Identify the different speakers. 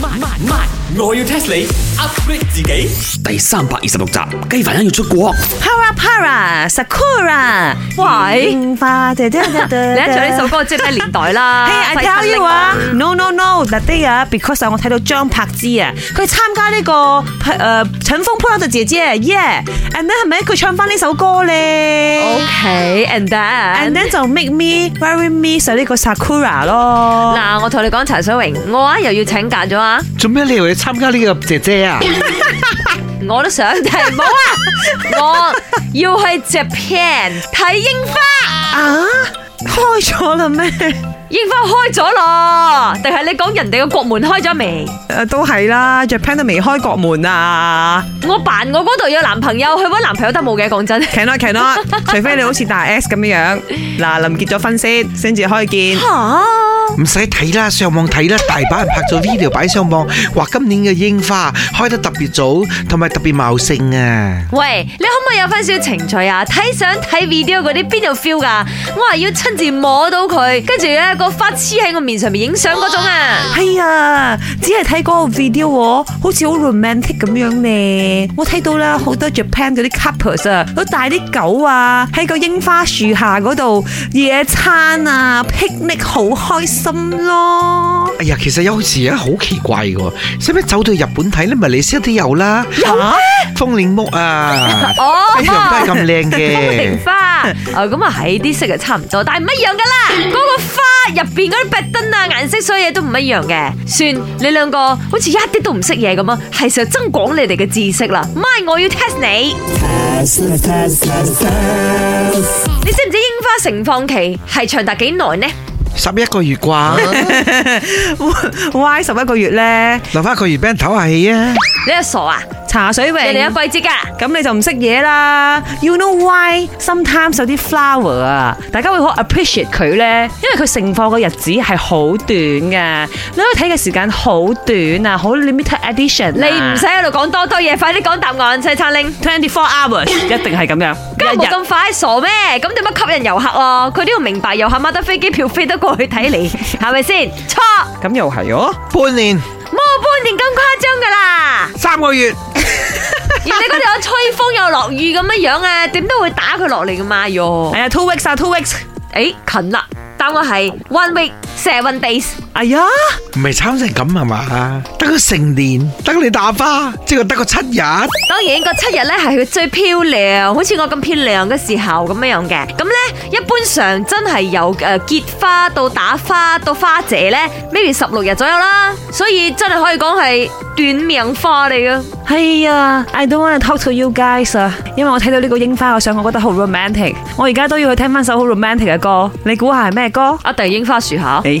Speaker 1: 慢慢慢，我要 test 你 upgrade 自己。
Speaker 2: 第三百二十六集，雞凡欣要出國，
Speaker 3: Para Para
Speaker 4: Ờ,
Speaker 3: Sakura，
Speaker 4: 喂，你
Speaker 3: 櫻花姐姐，你 一
Speaker 4: 一唱呢首歌即係咩年代啦？
Speaker 3: Hey, I
Speaker 4: 細
Speaker 3: tell
Speaker 4: 分
Speaker 3: you à.
Speaker 4: 力
Speaker 3: 啊，no no no，that day 啊，because 我睇到張柏芝啊，佢參加呢個呃誒乘風破浪的姐姐，yeah，and then 係咪佢唱翻呢首歌咧
Speaker 4: OK，and
Speaker 3: ？and
Speaker 4: then。
Speaker 3: then 就 make me very miss 呢個 Sakura 咯。
Speaker 4: 嗱，我同你講，陳水榮，我啊又要請假咗啊！
Speaker 5: 做咩你又要參加呢個姐姐 啊？
Speaker 4: 我都想，但係冇啊！我要去 Japan 睇櫻花，
Speaker 3: 啊，開咗啦咩？
Speaker 4: 櫻花開咗咯，定係你講人哋嘅國門開咗未？
Speaker 3: 誒都係啦，Japan 都未開國門啊
Speaker 4: 我扮我嗰度有男朋友，去搵男朋友得冇嘅，講真。
Speaker 3: ，cannot cannot，除非你好似大 S 咁樣樣，嗱臨結咗婚先先至可以見。
Speaker 5: 唔使睇啦，上網睇啦，大把人拍咗 video 擺上網，話今年嘅櫻花開得特別早，同埋特別茂盛啊！
Speaker 4: 喂，你可唔可以有翻少少情趣啊？睇相睇 video 嗰啲邊有 feel 噶？我係要親自摸到佢，跟住咧個花黐喺我面上面影相嗰種 啊！
Speaker 3: 係啊，只係睇嗰個 video，喎好似好 romantic 咁樣咧。我睇到啦，好多 Japan 嗰啲 couples 啊，都帶啲狗啊，喺個櫻花樹下嗰度野餐啊，picnic 好開心咯。
Speaker 5: 哎呀，其實有時啊好奇怪嘅，使唔使走到日本睇咧？咪你先都有啦，風鈴木啊，
Speaker 4: 哦
Speaker 5: 一 樣都係咁靚嘅
Speaker 4: 定。花，哦咁啊係啲色啊差唔多，但係唔一樣噶啦。嗰、個花入邊嗰啲白燈啊，顏色所有嘢都唔一樣嘅。算你兩個好似一啲都唔識嘢咁啊，係時候增廣你哋嘅知識啦。咪我要 test 你。你知唔知櫻花盛放期係長達幾耐呢？
Speaker 5: 十一個月啩，
Speaker 3: Y 十一個月咧，
Speaker 5: 留翻一個月俾人唞下氣啊！
Speaker 4: 你又傻啊？
Speaker 3: 茶水
Speaker 4: 你哋有
Speaker 3: 榮。
Speaker 4: 季節噶？
Speaker 3: 咁你就唔識嘢啦，you know why sometimes 有啲 flower 啊，大家會好 appreciate 佢咧，因為佢盛放嘅日子係好短嘅，你可以睇嘅時間好短啊，好 limited edition 啊
Speaker 4: 你唔使喺度講多多嘢，快啲講答案，西餐拎。
Speaker 3: twenty four hours，一定係咁樣，
Speaker 4: 今日
Speaker 3: 一
Speaker 4: 冇
Speaker 3: 日
Speaker 4: 咁快，傻咩？咁點樣吸引遊客啊？佢都要明白遊客買得飛機票飛得過去睇你，係咪先？錯，
Speaker 3: 咁又係哦，
Speaker 5: 半年
Speaker 4: 冇半年咁誇張噶啦。
Speaker 5: 三個月，
Speaker 4: 而你嗰度有吹風又落雨咁樣樣啊，點都會打佢落嚟噶嘛喲。
Speaker 3: 係啊 two weeks 啊 two weeks，
Speaker 4: 誒，近啦，答案係 one week seven days。
Speaker 3: 哎呀，
Speaker 5: 唔係慘成咁係嘛？得個成年，得你打花，即係得個七日。
Speaker 4: 當然個七日咧係佢最漂亮，好似我咁漂亮嘅時候咁樣樣嘅。咁咧一般上真係由誒結花到打花到花謝咧，maybe 十六日左右啦。所以真係可以講係短命花嚟嘅。
Speaker 3: 係啊，I don't want to talk to you guys 啊，因為我睇到呢個櫻花嘅相，我覺得好 romantic，我而家都要去聽翻首好 romantic 嘅歌，你估下係咩歌？
Speaker 4: 啊，突然櫻花樹下。
Speaker 3: 誒。